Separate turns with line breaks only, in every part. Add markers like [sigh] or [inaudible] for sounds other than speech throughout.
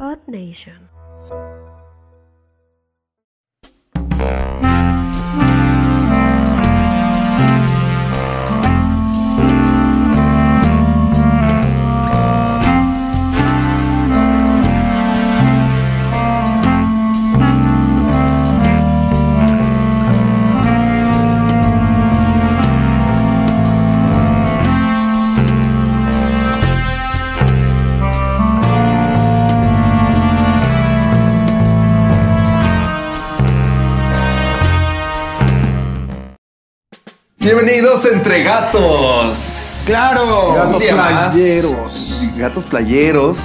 Earth Nation.
Bienvenidos entre gatos.
Claro,
Gatos
un día más.
playeros. Gatos playeros.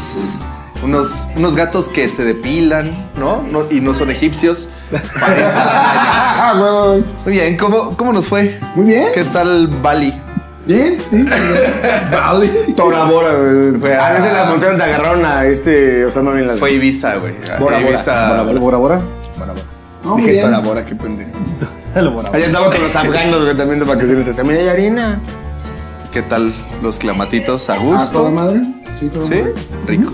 Unos, unos gatos que se depilan, ¿no? No- y no son egipcios.
Ah, güey.
Muy bien, ¿cómo, cómo nos fue?
Muy bien.
¿Qué tal Bali?
Bien, bien.
[laughs]
Vale.
Tora Bora, güey. Pues, A veces las montañas te agarraron a este Osama Bin Laden.
Fue Ibiza, güey. Ah,
Bora Bora.
Ibiza.
Bora Bora. Bora Bora. Bora Bora.
No, muy
Dije
bien.
Tora Bora, qué pendejo.
Lo bueno.
Allá andaba con los afganos, güey, también de vacaciones. También hay harina.
¿Qué tal los clamatitos? ¿A
¿A Ah, toda
gusto?
madre? Sí, toda
sí,
madre.
rico.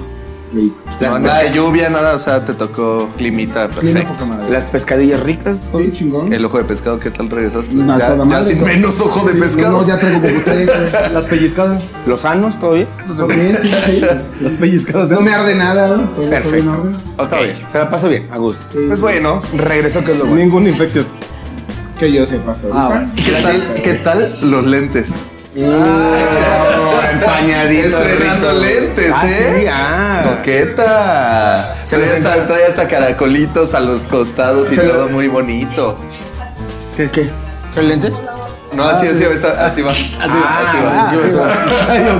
Rico.
Las,
No, nada de lluvia, nada, o sea, te tocó climita
Clima
perfecto.
poca madre.
las pescadillas ricas.
Sí, chingón.
El ojo de pescado, ¿qué tal regresaste?
A
Ya,
toda
ya
madre,
sin
todo.
menos ojo de
Sí,
pescado.
No, ya
[laughs]
traigo como ustedes.
Las pellizcadas. Los sanos, todo bien.
Todo bien, sí,
[laughs]
sí.
Las pellizcadas.
No me arde nada, ¿no? Todo, todo en
Perfecto.
orden.
Ok.
Todo bien. Se la pasó bien, a gusto.
Sí.
Pues bueno,
Regresó que es lo bueno. Ninguna infección.
Que yo sepa hasta
Ah,
ahorita. Eh,
¿qué tal, qué tal los lentes?
Ah, empañadito.
Estrenando
rico.
lentes,
Ah,
¿eh?
sí, ah.
Coqueta.
Se
trae,
les
hasta,
entra-
trae hasta caracolitos a los costados y
Se
todo
les-
muy bonito.
¿Qué? ¿Qué? ¿Qué lentes?
No, así,
Ah, sí.
así, está- así va. Así va, así va.
Ah,
Así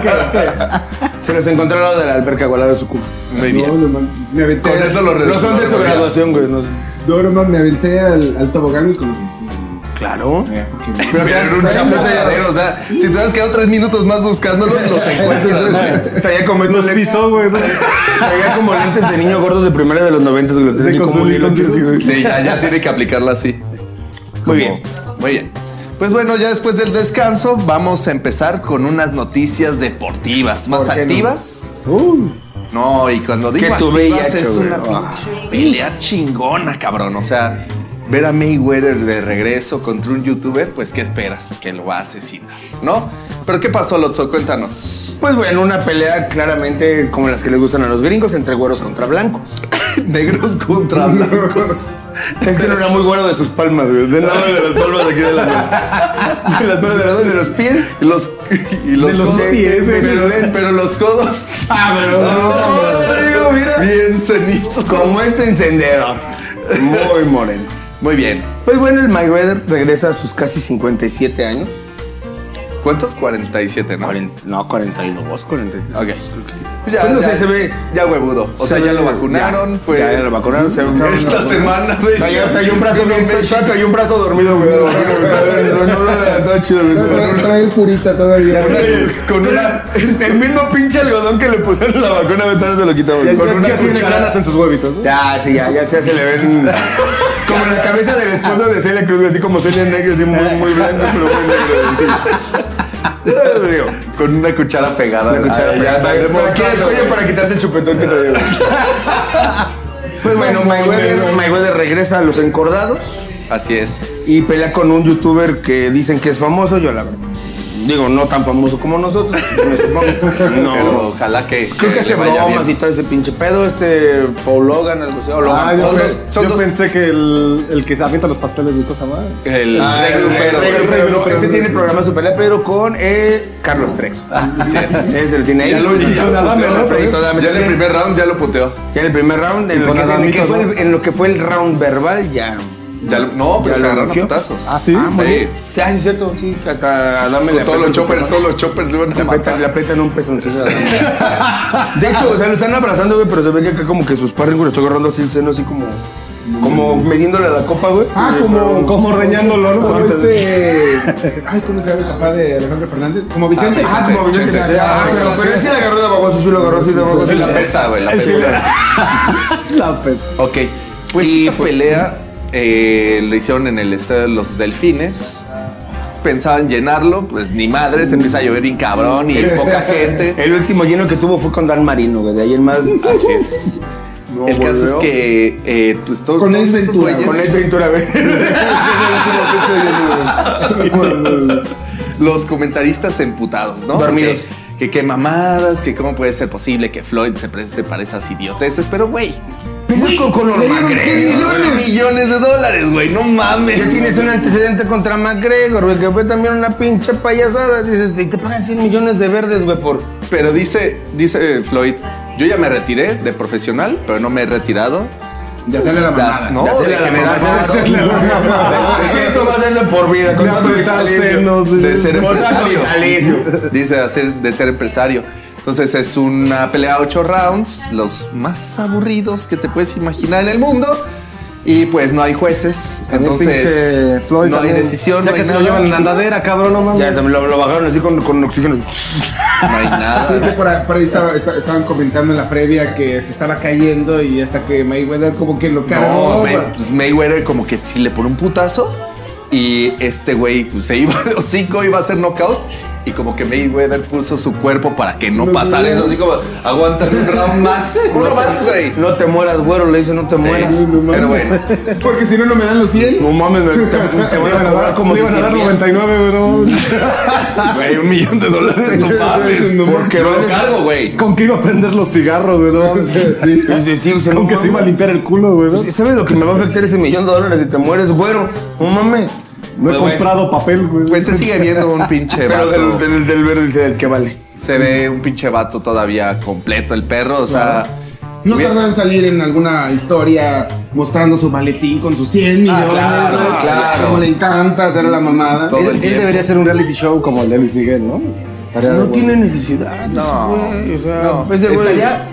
va.
[laughs] Se les encontró al lado de la alberca al lado de su cuba.
Muy
No,
bien.
no mames. Me aventé.
Con
al-
eso lo
No son de su
graduación.
graduación, güey. no-
No, no mames, me aventé al, al tobogán y con los lentes.
Claro.
güey. Eh, porque-
[laughs] Pero era un chamoyadero, o sea, si te hubieras quedado tres minutos más buscándolos,
[laughs]
los encuentras.
Traía como estos lentes. güey. Traía como lentes de niño gordo de primera de los 90, güey. Lo tenía
Sí,
así
con
como
su
hilo
listón,
aquí, así, güey.
Sí, ya, ya tiene que aplicarla así.
Muy bien.
Muy bien. Pues bueno, ya después del descanso, vamos a empezar con unas noticias deportivas más
¿Por qué no?
activas.
Uh,
No, y cuando digo
Que tu
activas
VIH,
es
güey.
una
Ah.
pinche pelea chingona, cabrón. O sea, ver a Mayweather de regreso contra un youtuber, pues ¿qué esperas? Que lo va a asesinar, ¿no? Pero ¿qué pasó, Lotso?
[laughs]
Cuéntanos.
Pues bueno, una pelea claramente como las que les gustan a los gringos entre güeros contra blancos.
Negros [laughs] contra blancos.
Es que no era muy güero de sus palmas, güey. De nada de las palmas de aquí de la mano. De las palmas de las manos y de los pies.
Y los, y los,
De los
codos.
pies, güey.
pero, eh, pero los codos.
[laughs] Ah, pero no, digo, mira.
Bien cenizos.
Como este encendedor. Muy moreno.
Muy bien.
Pues bueno, el Mayweather regresa a sus casi 57 años.
¿Cuántos? 47, ¿no?
Cuaren- no, 42, 43.
Ok.
Creo que tiene.
Ya,
Pues no
ya,
sé, se ve.
ya huevudo. O sea,
se
ya
ve-
lo vacunaron.
Ah, ya,
fue
ya, ya lo vacunaron. Se ve-
Esta semana, de
Traía,
hecho.
traía un brazo bien traía- traía un brazo dormido, güey. No, no, no, no, lo levantó chido, güey.
Trae trae el curita todavía.
Con una- el, el mismo pinche algodón que le pusieron a la vacuna, güey, todavía no se lo quitó, güey. Con una cuchara.
sus huevitos.
Ya, sí, ya, ya, ya se le [laughs] ven. Como la cabeza de la esposa de Celia Cruz, güey, así como Celia Negro, así muy, muy blanco, pero [laughs] muy negro. güey. Digo,
Con una cuchara pegada.
La cuchara
Ay,
pegada.
ya,
Para-
veremos
para aquí el
cuándo,
cuello
güey.
para quitarse el chupetón que traía. güey. [laughs] Pues bueno, Mayweather, Mayweather regresa a los encordados
Así es.
y pelea con un youtuber que dicen que es famoso, yo la verdad. Digo, no tan famoso como nosotros, [laughs] me supongo.
Pero
No.
ojalá que.
Creo que
le
hace
vaya
bromas y
bien.
todo ese pinche pedo, este Paul Logan, algo así, o
Ah,
Logan
yo
Paul.
pe- yo
pensé que el, que se avienta los pasteles de cosa más.
El
Ah,
rey
el
grupero.
rey grupero.
Rey grupero.
Ese este tiene programa su pelea, pero con eh, Carlos Trex.
Así es.
Ese lo tiene ahí.
Ya lo ya lo
Dame,
puteó,
¿no?
¿no?
Alfredito, dame
Ya en el
también.
primer round ya lo puteó.
Ya en el primer round, en, lo
con
que, en el que
Adamitos,
fue, el-
¿no?
en lo que fue el round verbal, ya.
Ya lo- no, pero se
Ya lo
agarraron a
noqueó.
putazos.
Ah, sí.
Ah, muy
Sí.
bien. Sí, ah, sí, es cierto, sí, que hasta
Con
Adame
todos
le aprietan
los
un
choppers,
pezón.
todos los choppers le van
Le
a
aprietan, le
matar.
aprietan un pezoncillo. a Adame.
[laughs]
De hecho, o sea, lo están abrazando, güey, pero se ve que acá como que sus párricos le está agarrando así el seno, así como. Como
Mm.
midiéndole la copa, güey.
Ah,
Y-
como.
Eh, como ordeñándolo, ¿no?
Como
Como
este. [laughs] Ay, ¿cómo se llama el papá de Alejandro Fernández? Como Vicente.
Ah, como Vicente.
Sí, sí, sí.
Ah,
Ah,
pero
sí.
pero él sí le agarró de abajo, sí, sí lo agarró así de abajo.
Sí,
sí.
la pesa, güey, la
Él sí
pesa.
le-
Lápez.
Ok. Pues y pelea eh, lo hicieron en el estadio de los delfines. Pensaban llenarlo, pues ni madres, empieza a llover bien cabrón y poca gente.
[laughs]
[laughs]
El último lleno que tuvo fue con Dan Marino, güey. De ahí en más.
Así es.
No
el caso es
volvió.
que eh, pues todo-
Con
todos
Ace
estos
Ventura,
güeyes-
Con Ace Ventura, [laughs] güey.
los comentaristas emputados, ¿no?
Dormidos.
Que, que qué mamadas, que cómo puede ser posible que Floyd se preste para esas idioteces, pero güey. güey,
con- con
le dieron
Norman
cien
Gregor,
millones, millones de dólares, güey, no mames.
Ya tienes un antecedente contra McGregor, güey, que fue también una pinche payasada. Dices, y te pagan 100 millones de verdes, güey, por.
Pero dice, dice eh, Floyd, yo ya me retiré de profesional, pero no me he retirado.
Ya sale la
Las,
mamada.
no,
de hacerle
de
la
generar-
mamada,
de
¿no?
hacerle la mamada.
Eso va a ser de por vida, con
Ah. De
tanto
autoritario,
vitalicio.
no sé.
de ser
Por tanto
empresario.
vitalicio.
[laughs] Dice hacer, de ser empresario. Entonces es una pelea a ocho rounds, los más aburridos que te puedes imaginar en el mundo. Y pues no hay jueces.
También
entonces
pinche Floyd
no hay
también.
decisión,
Ya
no
que
hay
se lo llevan en
nada.
andadera, cabrón, no mames.
Ya también lo, lo bajaron así con, con oxígeno.
No hay
Sí, que
nada.
por ahí, por ahí estaba- esta- estaban comentando en la previa que se estaba cayendo y hasta que Mayweather como que lo cargó.
No, May-
güey.
pues, Mayweather como que sí le pone un putazo y este güey pues, se iba [laughs] de hocico, iba a hacer knockout y como que Mayweather puso su cuerpo para que no
No,
pasara
no.
eso, así como aguantar un round [laughs] más, uno más, güey.
No te mueras, güero, le dice, no te mueras.
Ay, no mames.
Pero bueno.
Porque si no, no me dan los 100.
No mames, me- te, te
Le
voy a
iban a
cobrar
dar,
como
le iban a dar
17,000.
99, güey, no mames.
Ah, Güey, un millón de dólares, [laughs] no mames.
No,
porque no lo cargo, güey.
¿Con qué iba a prender los cigarros, güey? No mames.
Sí.
Y dice, sí, o sea,
[laughs]
no
Con que se iba a
mames.
limpiar el culo, güey, ¿no?
Sí, ¿Sabes lo que me va a afectar ese millón de dólares si te mueres, güero? No mames.
No he
Pues,
comprado papel, güey.
Pues se sigue viendo un pinche
Pero del,
vato.
del, del verde dice, el que vale.
Se ve un pinche vato todavía completo, el perro, o sea.
No
hubiera-
tardó en salir en alguna historia mostrando su maletín con sus 100 millones.
Ah, claro,
güey.
claro.
Como le encanta hacer la mamada.
Todo
Él,
el
él
tiempo.
debería hacer un reality show como el de Luis Miguel, ¿no? Estaría
No
bueno.
tiene necesidad.
No,
güey, o sea,
no.
ese güey-
Estaría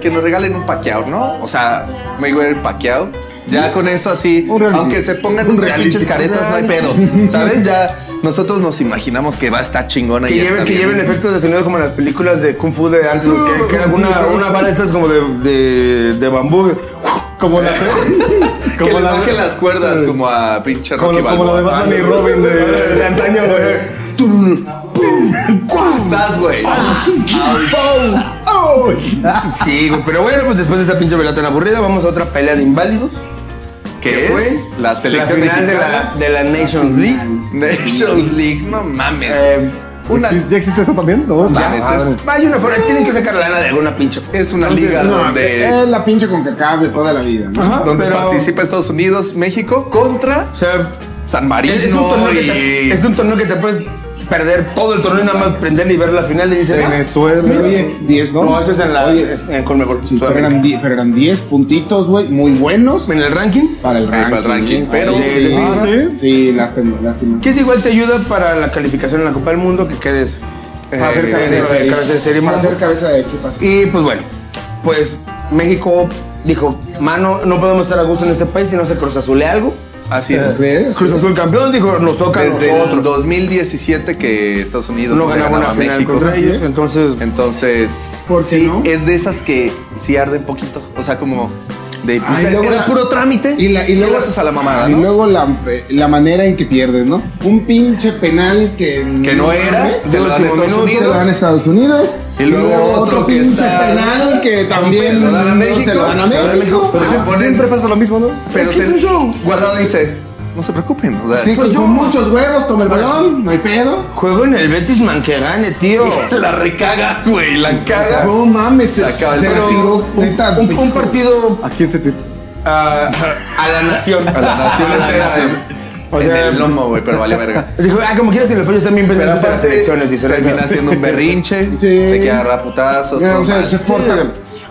que nos regalen un paqueado, ¿no? O sea, me voy a ir paqueado. Ya con eso así,
Un reality.
aunque se pongan unas pinches caretas, no hay pedo. ¿Sabes? Ya nosotros nos imaginamos que va a estar chingona y
Que
ya
lleven,
está
que
bien.
lleven efectos de sonido como en las películas de Kung Fu de antes, güey, que, que alguna una vara estas como de, de, de bambú. güey.
Como [laughs] la
Que les bajen las cuerdas como a pinche
Como,
Rocky
lo- como la de
Balboa.
Batman y Robin de, de antaño, güey.
¡Sas, güey!
Sí, güey, pero bueno, pues después de esa pinche pelea tan aburrida, vamos a otra pelea de inválidos.
que es la selección
final de la,
mexicana.
de la Nations League.
Nations League, no mames.
Eh,
una,
¿Exis- ¿Ya existe eso también? No, ah,
Ya,
mames,
Ah,
ese es-
madre.
hay una forma, tienen que sacar lana de alguna pinche. forma.
es una
Entonces,
liga
No, eh,
donde,
es la pinche con cacao de toda la vida. ¿no?
Ajá,
donde
pero-
participa Estados Unidos, México contra
O sea,
San Marino.
es, es un torneo que te,
y-
es un torneo que te puedes perder todo el torneo y nada más prender y ver la final y dices. ah,
Venezuela.
Oye, 10, ¿no?
No, eso es en la. en Conmebol.
Sí, pero
Sudamérica.
eran die- pero eran 10 puntitos, güey, muy buenos
en el ranking.
para el
Sí, para
ranking.
el ranking,
¿eh?
pero-
Sí,
Sí.
Ah, ¿sí?
Sí, lástima, lástima.
Que es igual te ayuda para la calificación en la Copa del Mundo que quedes.
Para hacer
eh,
cabeza de
cabeza
serie.
cabeza de serie,
Para
mamá.
hacer cabeza de chupas.
Y pues bueno, pues México dijo, mano, no podemos estar a gusto en este país si no se cruzazule algo.
Así es.
¿Ves?
Cruz Azul campeón dijo, nos toca a
Desde el
nosotros.
2017 que Estados Unidos
No
le
ganaba una
ganaba a
final
México.
contra ellos, entonces
Entonces,
¿Por qué
sí,
no?
es de esas que sí arde un poquito. O sea, como de pues,
Ay,
era
luego la-
puro trámite.
Y, la, y
¿Qué
luego,
le haces a la mamada,
y
¿no?
luego la, eh, la manera en que pierdes, ¿no? Un pinche penal que,
Que no era,
mames,
se lo dan a
último
Estados
minuto,
Unidos.
se lo dan a Estados Unidos.
Y luego otro que
pinche
está-
penal que también
Se lo dan a México,
Se lo dan a
se lo dan a
México.
México.
Sie-
se ponen-
Siempre pasa lo mismo, ¿no?
Pero
Es que
se-
es un show.
Guardado dice, no se preocupen. O sea,
Sí,
Soy
con,
yo.
con muchos huevos, toma el
Pues,
balón, no hay pedo.
juego en el Betis man que
[laughs]
gane, tío.
la recaga, güey, la caga.
No mames, se,
Se acaba el
se
partido.
retiró,
Un,
neta,
un- un
México.
partido
¿A quién se tira?
a, a la nación.
A la nación
A la
entera.
nación.
O
O sea,
en el lomo, güey, pero vale verga.
Dijo, ah, como quieras, si los fallos están bien
Pero
pendientes de las
aparte,
elecciones, dice.
termina haciendo un berrinche,
Sí.
se queda raputazos.
Ya, o sea, se porta.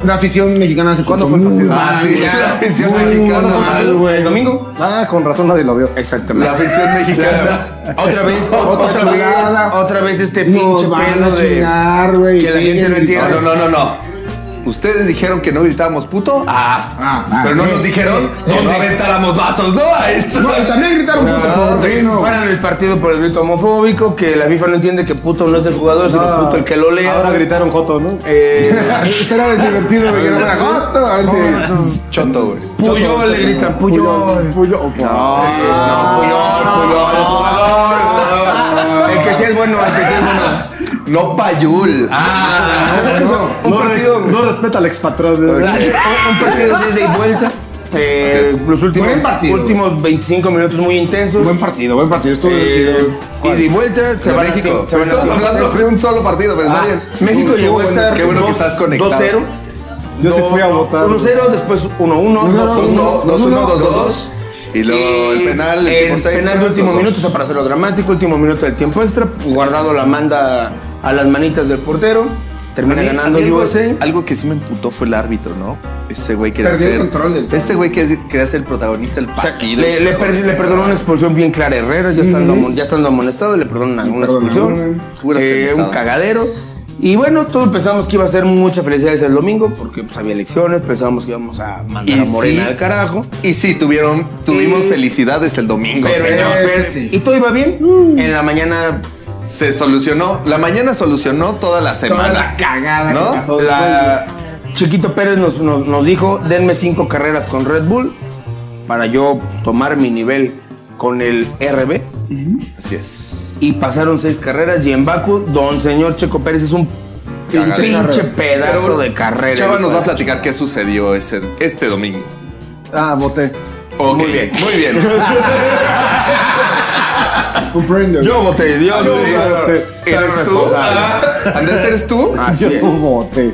La afición mexicana se portó
fue el
muy
partido?
mal,
Ah, sí,
ya.
la afición
Muy
mexicana,
mal,
¿no?
güey.
¿El domingo?
Ah, con razón nadie lo vio.
Exactamente.
la afición mexicana. [laughs]
Otra vez, otra,
chulada.
vez, otra vez este pinche
Nos van
pedo
a
de.
chingar, güey. Ah,
que la
siguen
gente no entiende.
No,
gritando.
no, no, no, no. Ustedes dijeron que no gritábamos puto. Ah,
Ah, ah,
pero no
eh,
nos dijeron
eh,
que no aventáramos vasos, ¿no? A esto.
No, y también gritaron puto por Reno.
Paran el partido por el grito homofóbico, que la FIFA no entiende que puto no es el jugador, sino puto el que lo lea.
Ahora gritaron Joto, ¿no?
Eh,
Espera, es divertido, güey. que no era joto, a
[laughs]
ver si-
Choto, güey.
Puyol le gritan, Puyol.
Puyol.
No, Ah, pues Puyol, Puyol, el jugador. El que sí es bueno, el que sí es bueno.
No Payul. Ah,
No, no.
Un
No,
partido-
res- no respeta al expatrón. ¿no?
Ah, un partido de ida y vuelta. Eh,
Así es.
los últimos,
Buen partido.
últimos 25 minutos muy intensos.
Buen partido, buen partido. Estuvo
Eh,
divertido.
ida y vuelta, se
de
va a
México. pues
tiempo- se van a
Estamos
tiempo
hablando
extra.
de un solo partido, pero está
Ah,
bien.
México
Estuvo
llegó a
bueno.
estar
Qué bueno que
dos-
estás conectado.
2-0.
Yo sí fui a votar.
1-0, después 1-1,
no,
2-1,
2-1, 2-1, 2-2. Y
Y
luego el penal, el tiempo
el
extra,
penal de último
los dos.
minuto, o sea, para hacerlo dramático, último minuto del tiempo extra, guardado la manda a las manitas del portero, termina
A mí-
ganando
a mí
el
algo-
USA.
Algo que sí me emputó fue el árbitro, ¿no? Ese güey quería
Perdió el
ser.
control del-
Este güey que quería ser el protagonista del
O sea,
partido.
le, le per- le perdonó una expulsión bien clara a Herrera, ya estando, amon- ya estando amonestado, le perdonó una, una
Perdona,
expulsión,
puras
eh, un
pendejadas.
cagadero. Y bueno, todos pensamos que iba a ser mucha felicidad ese domingo, porque pues, había elecciones, pensábamos que íbamos a mandar
Y
a Morena
sí.
al carajo.
Y sí, tuvieron, tuvimos
Y-
felicidades el domingo.
Pero,
señor.
no.
pero-
sí.
y todo iba bien. En la mañana
Se solucionó. La mañana solucionó toda la semana.
Toda la cagada
¿No?
que pasó.
la Chiquito Pérez nos, nos- nos dijo, denme cinco carreras con Red Bull para yo tomar mi nivel con el RB.
Así es.
Y pasaron seis carreras y en Baku, don señor Checo Pérez es un
Cagada.
pinche pedazo
Pero,
de carrera.
Chava nos va a
hijo de la
platicar qué sucedió ese, este domingo.
Ah, voté.
Ok,
Muy bien.
Muy bien.
Comprendo.
ch- Yo voté, yo
Andrés,
voté.
¿Eres
Soy
tú?
responsable.
Ah, Andrés, ¿eres tú?
Así
Yo
es.
voté.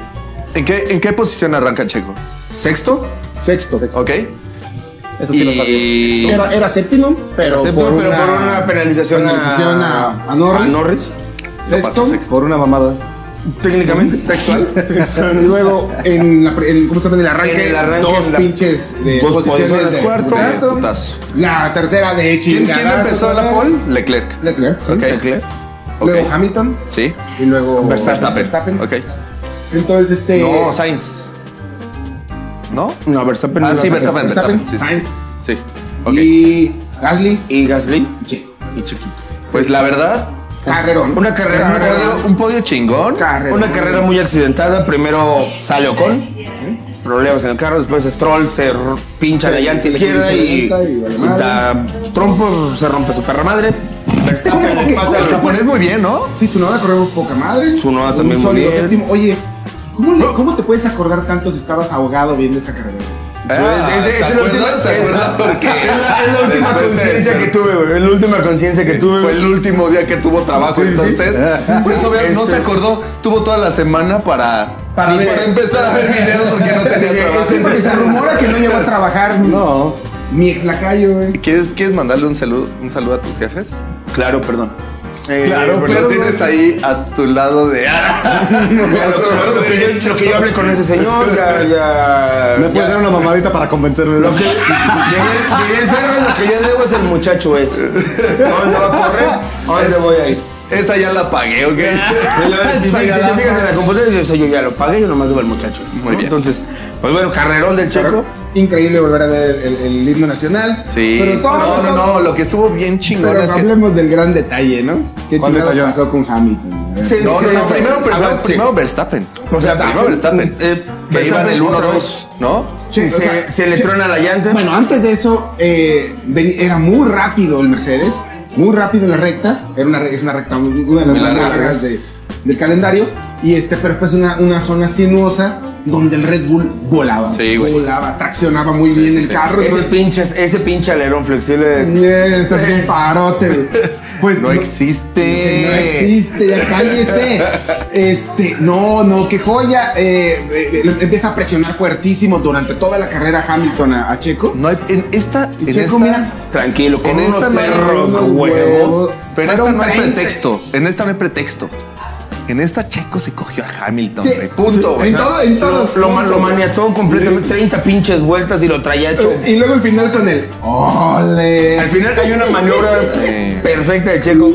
¿En qué, ¿En qué posición arranca Checo? ¿Sexto?
Sexto.
Ok.
Eso sí lo sabía.
Y-
Era, era séptimo, pero,
Acepto,
por,
pero
una,
por una penalización, a-
penalización a, a Norris.
No pasó
Sexto.
sexto.
Por una mamada.
Técnicamente,
Mm.
[laughs] textual.
Y luego, en, la, pre- en, ¿cómo se llama? En el arranque,
En el arranque,
dos
en la-
pinches de
dos
Eh, posiciones
posiciones,
de
cuarto.
putazo.
Putazo.
La tercera de
¿Quién,
chingadazo.
quién empezó la
otra vez.
pole? Leclerc.
Leclerc. sí.
Ok.
Tecla.
Luego
Ok.
Hamilton.
Sí.
Y luego
Verstappen.
Verstappen.
Ok.
Entonces, este.
No, Sainz. ¿No?
No, Verstappen.
Ah,
no
sí,
la-
Verstappen.
Verstappen,
Verstappen. Sí, sí.
Sainz.
Sí. Ok.
Y Gasly.
Y Gasly
Y Checo.
y Chiquito.
Pues la verdad,
Carrerón.
Una carrera,
un podio, un podio chingón.
Carrerón.
Una carrera muy accidentada. Primero sale Ocon, problemas en el carro. Después Stroll se r- pincha la llanta
Se
izquierda
pincha la
y,
llanta y vale madre.
da trompos, se rompe su perra madre. Verstappen pasa
El japonés muy bien, ¿no?
Sí, Tsunoda corrió poca madre.
Tsunoda
Un
también muy
sólido
bien.
séptimo. Oye, ¿cómo, le- cómo te puedes acordar tanto si estabas ahogado viendo esa carrera?
Ah,
es, es- es
¿se
la última,
acuerda? ¿Se
[laughs]
acuerda? Porque
es la, es la última
después de-
conciencia que tuve, güey. Es la última conciencia que tuve.
Fue el último día que tuvo trabajo,
Sí, sí.
entonces pues, obvio, no
Este-
se acordó. Tuvo toda la semana para,
Para ver.
empezar a ver videos porque no
[laughs]
tenía
Eh,
trabajo.
Sí, porque se rumora que no llegó a trabajar.
No.
Mi ex lacayo, güey.
¿Quieres, ¿Quieres mandarle un saludo, un saludo a tus jefes?
Claro, perdón. Eh,
Claro,
perdón.
Lo tienes ahí a tu lado de. "Ah,
Ya lo- lo que yo- lo que yo hablé con ese señor, ya,
[laughs]
ya.
Me puedes
ya-
dar una mamadita para convencerme.
Lo que Miguel, Miguel Ferro, lo que yo debo es el muchacho ese. ¿Dónde va a correr? ¿A ¿Dónde voy a ir?
Esa ya la pagué, ¿ok?
Si te
ya la-
fijas en la computadora, yo, yo ya lo pagué, yo nomás debo al muchacho ese.
Muy
¿no?
bien.
Entonces, pues bueno, carrerón del checo.
Increíble volver a ver el, el himno nacional.
Sí.
Pero todo.
no, no, no. Lo que estuvo bien chingón
Pero
es que.
hablemos del gran detalle, ¿no? ¿Qué
¿Cuál
chingados
detalló?
pasó con Hamilton? A ver.
Sí,
No, no, no.
sí.
Primero, primero,
A ver, sí.
primero Verstappen.
O sea,
primero Verstappen.
eh,
Que iba en el
otra
1-2, ¿no?
Sí, o
vez. Se,
sea,
se le
sí.
trona la llanta.
Bueno, antes de eso, eh, ven- era muy rápido el Mercedes, muy rápido en las rectas, era una, re- es una recta, una de las
Muy
más
larga,
largas de- del calendario, y este, pero después una, una zona sinuosa donde el Red Bull volaba,
Sí, güey.
volaba, traccionaba muy bien el
sí.
carro,
ese,
entonces,
pinche, ese pinche alerón flexible.
eh, estás pues, en un parote, güey. pues
No existe.
que no existe, ya cállese. Este, no, no, qué joya. Eh, eh, eh, empieza a presionar fuertísimo durante toda la carrera Hamilton a, a Checo.
No hay. En esta. En
Checo,
esta,
mira,
Tranquilo, con
En
unos
esta no hay
perros
unos
huevos.
Pero en
Era
esta
un
no hay
30.
pretexto. En esta no hay pretexto. En esta Checo se cogió a Hamilton,
Sí,
güey. Punto,
sí,
güey.
en todo, en
Lo,
todos.
lo ma- lo maniató completamente 30 pinches vueltas y lo traía hecho.
Y luego el final con el ole.
Al final hay una maniobra
Sí.
perfecta de Checo.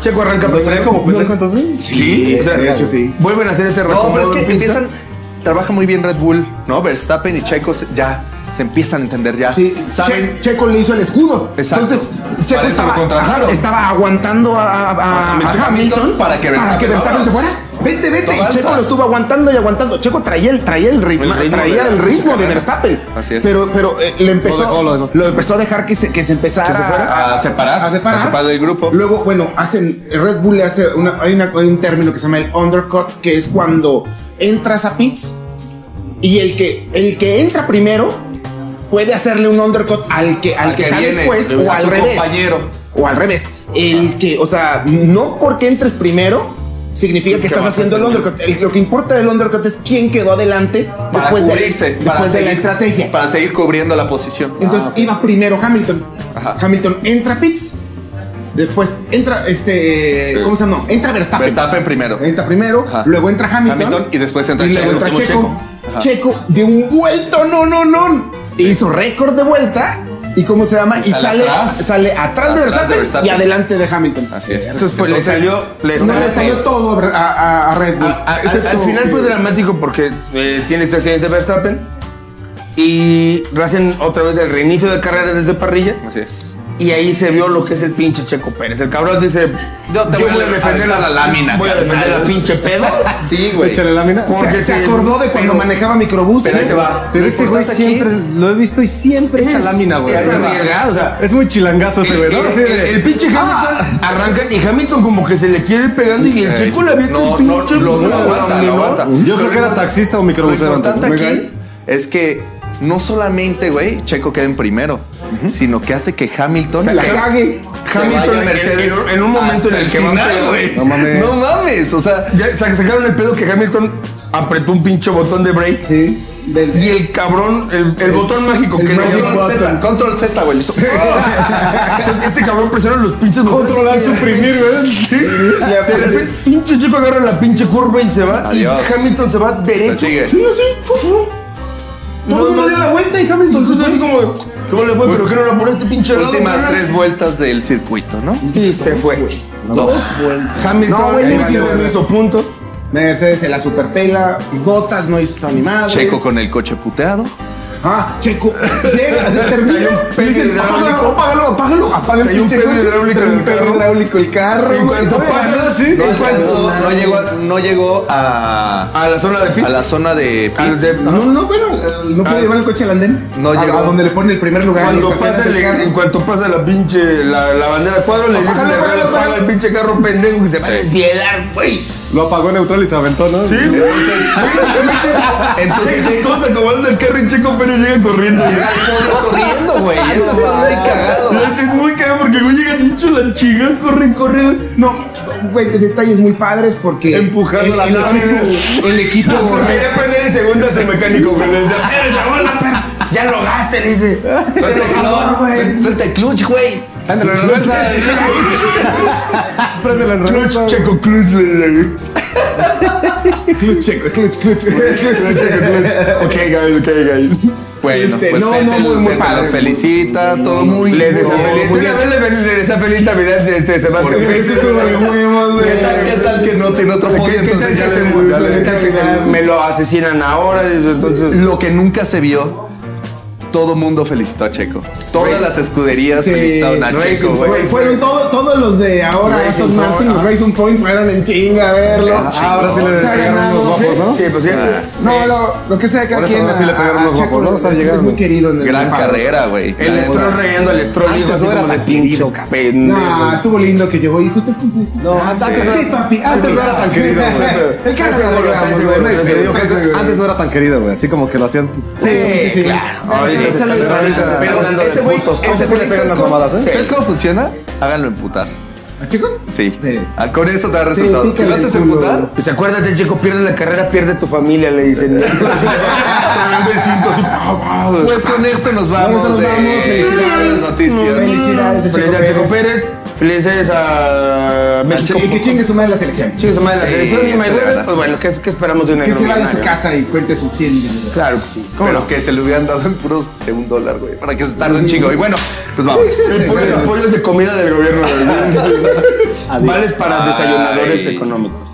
Checo arranca
¿Lo traía como pendejo entonces?
Sí,
Sí, de hecho, sí.
Vuelven a hacer este
No,
recorrido
pero es
en
que
pista.
empiezan. Trabaja muy bien Red Bull, ¿no? Verstappen y Checo se- ya se empiezan a entender ya.
Sí,
Saben.
Che- Checo le hizo el escudo.
Exacto.
Entonces,
Para
Checo
eso lo
estaba,
contrataron.
estaba aguantando a, a- a-
Hamilton
a Hamilton
para que Verstappen
Verstappen se fuera. Vete, vete. Y
Avanza.
Checo lo estuvo aguantando y aguantando. Checo traía el, traía el ritmo,
El ritmo
traía
de-
el
de su
ritmo de
carrera.
Verstappen.
Así es.
Pero, pero eh, le empezó,
dejó, lo dejó.
empezó a dejar que se, que se empezara
se fuera? A separar.
A separar.
A separar del grupo.
Luego, bueno, hacen, Red Bull le hace una, hay, una- hay un término que se llama el undercut, que es cuando entras a pits y el que, el que entra primero puede hacerle un undercut al que, al
Al
que,
que
está
viene,
después
a
o al
su
revés.
compañero.
O al revés. El que, o sea, no porque entres primero significa que estás
vas
haciendo el undercut. El- lo que importa del undercut es quién quedó adelante
Para
después, de,
cubrirse,
después
para
de la
seguir-
estrategia.
Para seguir cubriendo la posición. Ah,
Entonces iba primero Hamilton.
Ajá.
Hamilton entra a Pitts. Después entra este. ¿Cómo se llama? No, entra Verstappen.
Verstappen primero.
Entra primero,
Ajá.
luego entra Hamilton.
Hamilton, y después entra
y luego
Checo, el
entra
último
Checo. Checo de un vuelto, no, no, no. Hizo récord de vuelta. ¿Y cómo se llama? Y,
sale
sale,
atrás.
sale atrás, de,
Atrás de
Verstappen
Verstappen.
y adelante de Hamilton.
Así es. este,
Entonces, pues, le salió- le
no
salió
le salió todo a, a- a Red Bull.
A- a- al,
Excepto
al final
que-
fue dramático porque eh, tiene este accidente Verstappen y hacen otra vez el reinicio de carrera desde parrilla
Así es.
y ahí se vio lo que es el pinche Checo Pérez. El cabrón dice,
Yo te voy a aventar la lámina,
Voy a
carnal".
defender la pinche pedo.
Sí, güey.
Échale lámina.
Se-
porque
se,
se-
acordó de cuando
pero-
manejaba microbús.
pero ahí
¿eh?
te va.
Pero ese güey
Importante aquí-
siempre lo he visto y siempre echa
Es-
lámina, güey.
es arriesgado, o sea,
Es muy chilangazo ese, güey, ¿no?
el,
Así
el-
de- Ah.
el pinche Hamilton arranca y Hamilton como que se le quiere ir pegando y el
Ok.
Checo le avienta
No,
el pinche
no, lo- lo
brazo,
aguanta, lo
¿no?
aguanta.
Yo creo que era taxista o
Lo
microbusero antes.
importante
Venga,
aquí es que no solamente, güey, Checo queda en primero, sino que hace que Hamilton
Se la cague.
Se
Hamilton
vaya
en,
Mercedes
en- en un momento en
hasta
el
el
que
final,
va a-
güey.
No mames.
No mames, o sea,
Ya sa- sacaron el pedo que Hamilton apretó un pinche botón de break.
Sí.
Del-
Y el cabrón, el, el botón mágico
el
que no
magic
lleva-
control Z, control Z,
[laughs]
güey. hizo-
Entonces, [laughs] Este cabrón presiona los pinches botones.
Controlar,
Y-
suprimir, güey.
Sí. De repente, pinche chico agarra la pinche curva y se va.
Adiós.
Y Hamilton se va derecho.
Sigue.
Sí, así. fu, fu.
Todo el mundo dio la vuelta y Hamilton se
Entonces, así como, de, ¿cómo le fue? ¿Pero qué no la por este pinche lado?
Últimas
carnal?
tres vueltas del circuito, ¿no?
Y se fue.
Dos.
Hamilton
No, güey,
ahí
no,
sí
no,
no
no.
hizo puntos.
Mercedes se la superpela, Botas no hizo ni madres.
Checo con el coche puteado.
Ah, Checo. Llega, se termina.
Hay un
y
pedo
dicen,
hidráulico.
apágalo, apágalo, apágalo, apaga el
Hay un
pinche
pedo
coche.
hidráulico
Trae
en
un
el
pedo
carro.
hidráulico el carro.
En
güey.
cuanto
Todavía
pasa,
ganó,
sí,
en
No
en
cuanto-
alcanzó, no llegó, no llegó a,
A la zona de pits.
a la zona de
Al
pits.
de-
No, no, bueno, eh, no puede
Ah.
llevar el coche al andén.
No
a,
llegó.
a donde le pone el primer lugar.
Cuando
y estaciona
pasa el,
el
en
carro.
cuanto pasa la pinche la, la bandera cuadro, le dicen
Apágalo,
le
apágalo,
apaga
apágalo.
el pinche carro pendejo que se va a desvielar, güey.
Lo apagó neutral y se aventó, ¿no?
Sí, güey.
Entonces
Entonces,
llega-
todos acabando el carro y Checo Pérez llega corriendo.
Llega al pueblo corriendo, güey. Eso está muy cagado.
Y Es muy cagado porque el güey llega así hecho la chinga, corre, corre. güey.
No, güey, de detalles muy padres porque.
Empujando
el,
la
el
nave. [laughs]
equipo. El equipo.
Porque quería prender en segundas el mecánico, güey. Le decía, "Pérez, la bola, perra. Ya lo gaste, le dice.
Suelta el
Elevador,
clutch, suelta el clutch, güey.
Ándale, en reversa.
[laughs]
Préndelo en reversa.
Clutch, Checo, clutch, le dice, güey.
Clutch, Checo, clutch, [laughs] clutch, clutch.
Ok, guys, ok, guys.
Bueno,
Este,
pues
no, no,
Fettel-
muy, muy
Fettel
padre,
lo
muy-
felicita, todo muy
Les
bien.
desea feliz.
muy
Una
bien.
vez le, fel- le desea feliz Navidad de este Sebastián.
Porque
Félix.
ese estuvo de ¿Qué tal, qué tal que no tiene otro
¿Qué-
podio?
qué tal
Entonces
que
ya
se
le-
murió?
ya
¿Qué
le-
tal que se- me lo asesinan ahora? Desde entonces.
Lo que nunca se vio, todo mundo felicitó a Checo. Todas las escuderías
Sí,
felicitaron a
Racing
Checo,
Point.
güey.
Güey, fueron todo- todos los de ahora,
Racing
Aston Martin,
Point,
los
ah.
Racing Point fueron en chinga a verlo.
Ah,
Ah, ahora sí le
Se ha
pegaron
ganado,
unos guapos, ¿no?
Sí, pues sí.
Ah.
No, lo, lo que sea de cada
Ahora sí,
quien.
ahora sí le
a-
pegaron
a
los
Checo
guapos, ¿no?
es
Llegaron.
muy querido en el
Gran
Japón.
carrera, güey.
El Stroll regañando al Stroll.
Antes
digo, así
no era
como de
tan
pinche
querido, cabrón.
pendejo.
No, estuvo lindo que llegó. Hijo, estás completo.
No, antes no
sí,
era-
papi.
antes no era tan querido, güey.
[laughs] El carro
Seguro,
lo logramos,
seguro,
güey, no hay
seguro.
Te digo que
pedo,
ese-
güey.
Antes no era tan querido, güey. Así como que lo hacían.
Sí, sí, sí.
Ahorita
Sí,
se
sale
están
de-
ahorita se están
Pero
dando de
ese güey,
putos.
Aunque
ese
sí le
güey,
pegan
¿sabes
las
cómo-
mamadas, ¿eh?
¿sabes cómo funciona? Háganlo emputar.
¿A Checo?
Sí.
Sí.
Ah, Con eso te da resultado. Si
pícale
lo haces
el culo.
emputar,
Pues acuérdate, chico, pierde la carrera, pierde tu familia, le dicen. Tremendo instinto, así. "Oh, pa, pa, güey.
pues con esto nos vamos.
Ah, nos
de-
vamos, felicidades.
las noticias.
[laughs] Felicidades a Checo
Felicidades a Checo
Pérez.
Pérez. Felicidades a México.
Y que chingue su madre la selección.
Chingue su madre la
Sí,
selección y
échale
Mayweather,
ganas.
Pues bueno, ¿qué, qué esperamos de una
Que se vaya a su
millonario?
casa y cuente sus 100 millones de
Claro que sí. ¿Cómo
Pero
no?
que se le hubieran dado en puros de un dólar, güey. Para que se tarde
Mm.
un chingo. Y bueno, pues
[laughs]
vamos.
Puros apoyos de comida del gobierno. güey. Vales para
Ay.
desayunadores económicos.